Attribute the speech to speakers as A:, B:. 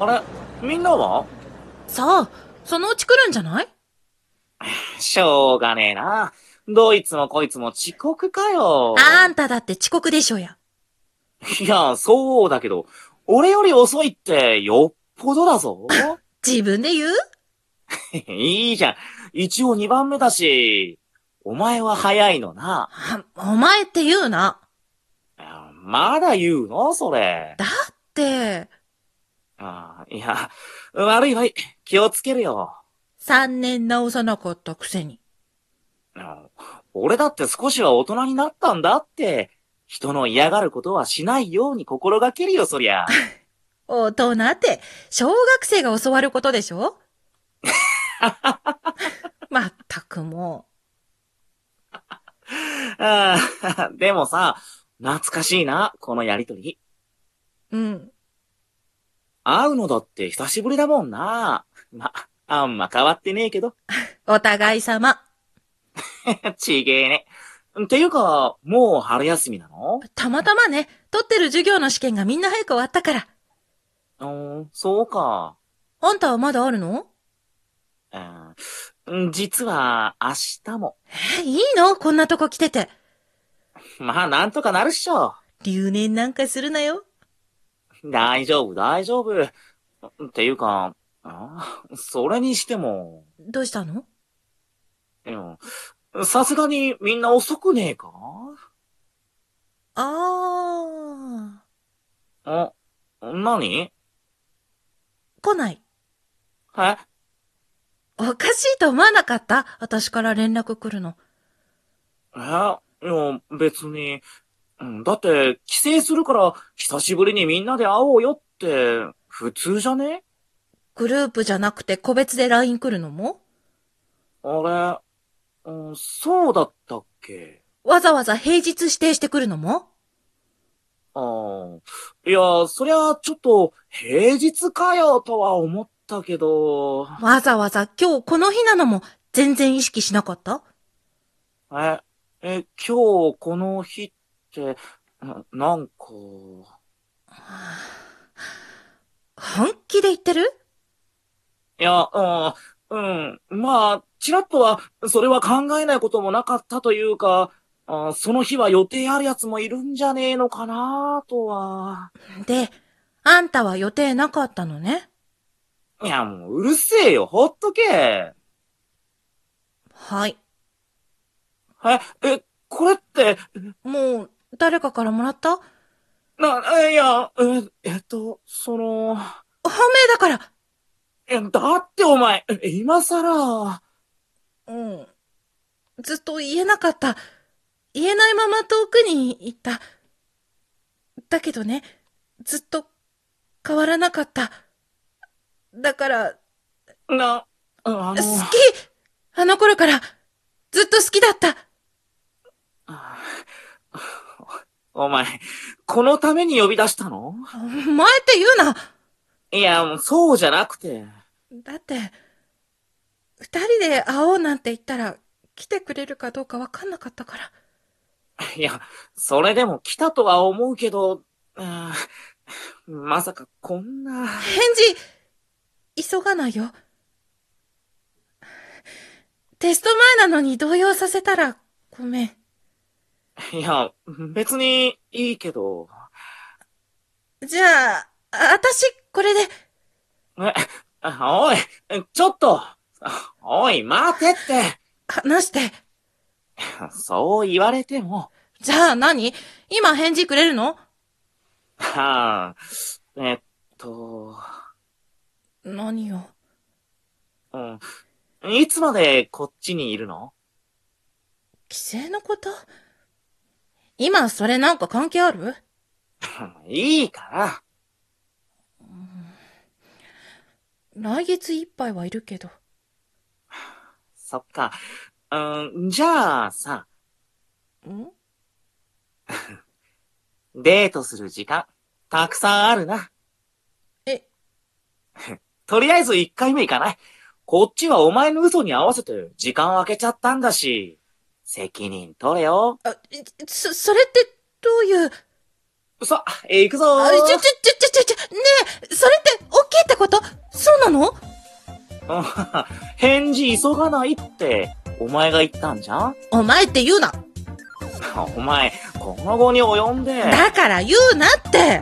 A: あれみんなは
B: さあ、そのうち来るんじゃない
A: しょうがねえな。どいつもこいつも遅刻かよ。
B: あんただって遅刻でしょや。
A: いや、そうだけど、俺より遅いってよっぽどだ ぞ。
B: 自分で言う
A: いいじゃん。一応2番目だし、お前は早いのな。
B: あお前って言うな。
A: まだ言うのそれ。
B: だって、
A: あいや、悪い悪い。気をつけるよ。
B: 三年直さなかったくせに。
A: うん俺だって少しは大人になったんだって。人の嫌がることはしないように心がけるよ、そりゃ。
B: 大人って、小学生が教わることでし ょまったくも
A: ああ、 でもさ、懐かしいな、このやりとり。
B: う。うん。
A: 会うのだって久しぶりだもんな。ま、あんま変わってねえけど。
B: お互い様。
A: ちげえね。っていうか、もう春休みなの
B: たまたまね、取ってる授業の試験がみんな早く終わったから。
A: うん、そうか。
B: あんたはまだあるの
A: うん、実は、明日も。
B: え、いいのこんなとこ来てて。
A: まあ、なんとかなるっしょ。
B: 留年なんかするなよ。
A: 大丈夫、大丈夫。っていうか、あそれにしても、
B: どうしたの
A: うんさすがにみんな遅くねえか
B: あ
A: あ、何
B: ー、来ない。
A: え
B: おかしいと思わなかった私から連絡来るの。
A: えいや、別に。うんだって、帰省するから、久しぶりにみんなで会おうよって、普通じゃね
B: グループじゃなくて個別で LINE 来るのも
A: あれ、うん、そうだったっけ
B: わざわざ平日指定してくるのも
A: あーいや、そりゃ、ちょっと、平日かよ、とは思ったけど、
B: わざわざ今日この日なのも全然意識しなかった
A: え、え、今日この日って、ななんか、
B: 本気で言ってる
A: いや、うん、うん、まあ、ちらっとは、それは考えないこともなかったというか、あその日は予定あるやつもいるんじゃねえのかなとは。
B: で、あんたは予定なかったのね
A: いや、もううるせえよ、ほっとけ。え、
B: はい。
A: え、これって、
B: もう、誰かからもらった
A: な、えいや、え、えっと、その、
B: 本命だから
A: え、だってお前、え今更、
B: うん。ずっと言えなかった。言えないまま遠くに行った。だけどね、ずっと変わらなかった。だから、
A: な、あの
B: 好き、あの頃から、ずっと好きだった。
A: お前、このために呼び出したの
B: お前って言うな。
A: いや、もうそうじゃなくて。
B: だって、二人で会おうなんて言ったら、来てくれるかどうかわかんなかったから。
A: いや、それでも来たとは思うけど、あーまさかこんな。
B: 返事、急がないよ。テスト前なのに動揺させたら、ごめん。
A: いや、別にいいけど。
B: じゃあ、あ私、これで、
A: え、あおい、ちょっとあおい、待てって
B: 話して。
A: そう言われても。
B: じゃあ何今返事くれるの
A: はあ、えっと、
B: 何よ。
A: うん、いつまでこっちにいるの
B: 帰省のこと今、それなんか関係ある
A: いいから。
B: 来月いっぱいはいるけど。
A: そっか。うん、じゃあさ、
B: ん
A: デートする時間、たくさんあるな。
B: え
A: とりあえず一回目行かない。こっちはお前の嘘に合わせて時間を空けちゃったんだし、責任取れよ。
B: あ、いそ、それって、どういう、
A: さ、えー行くぞー
B: あ、ちょ、ちょ、ちょ、ちょ、ちょ、ちょ、ねえ、それって、OK ってことそうなの
A: あはは 返事急がないって、お前が言ったんじゃん
B: お前って言うな。
A: お前、この後に及んで。
B: だから言うなって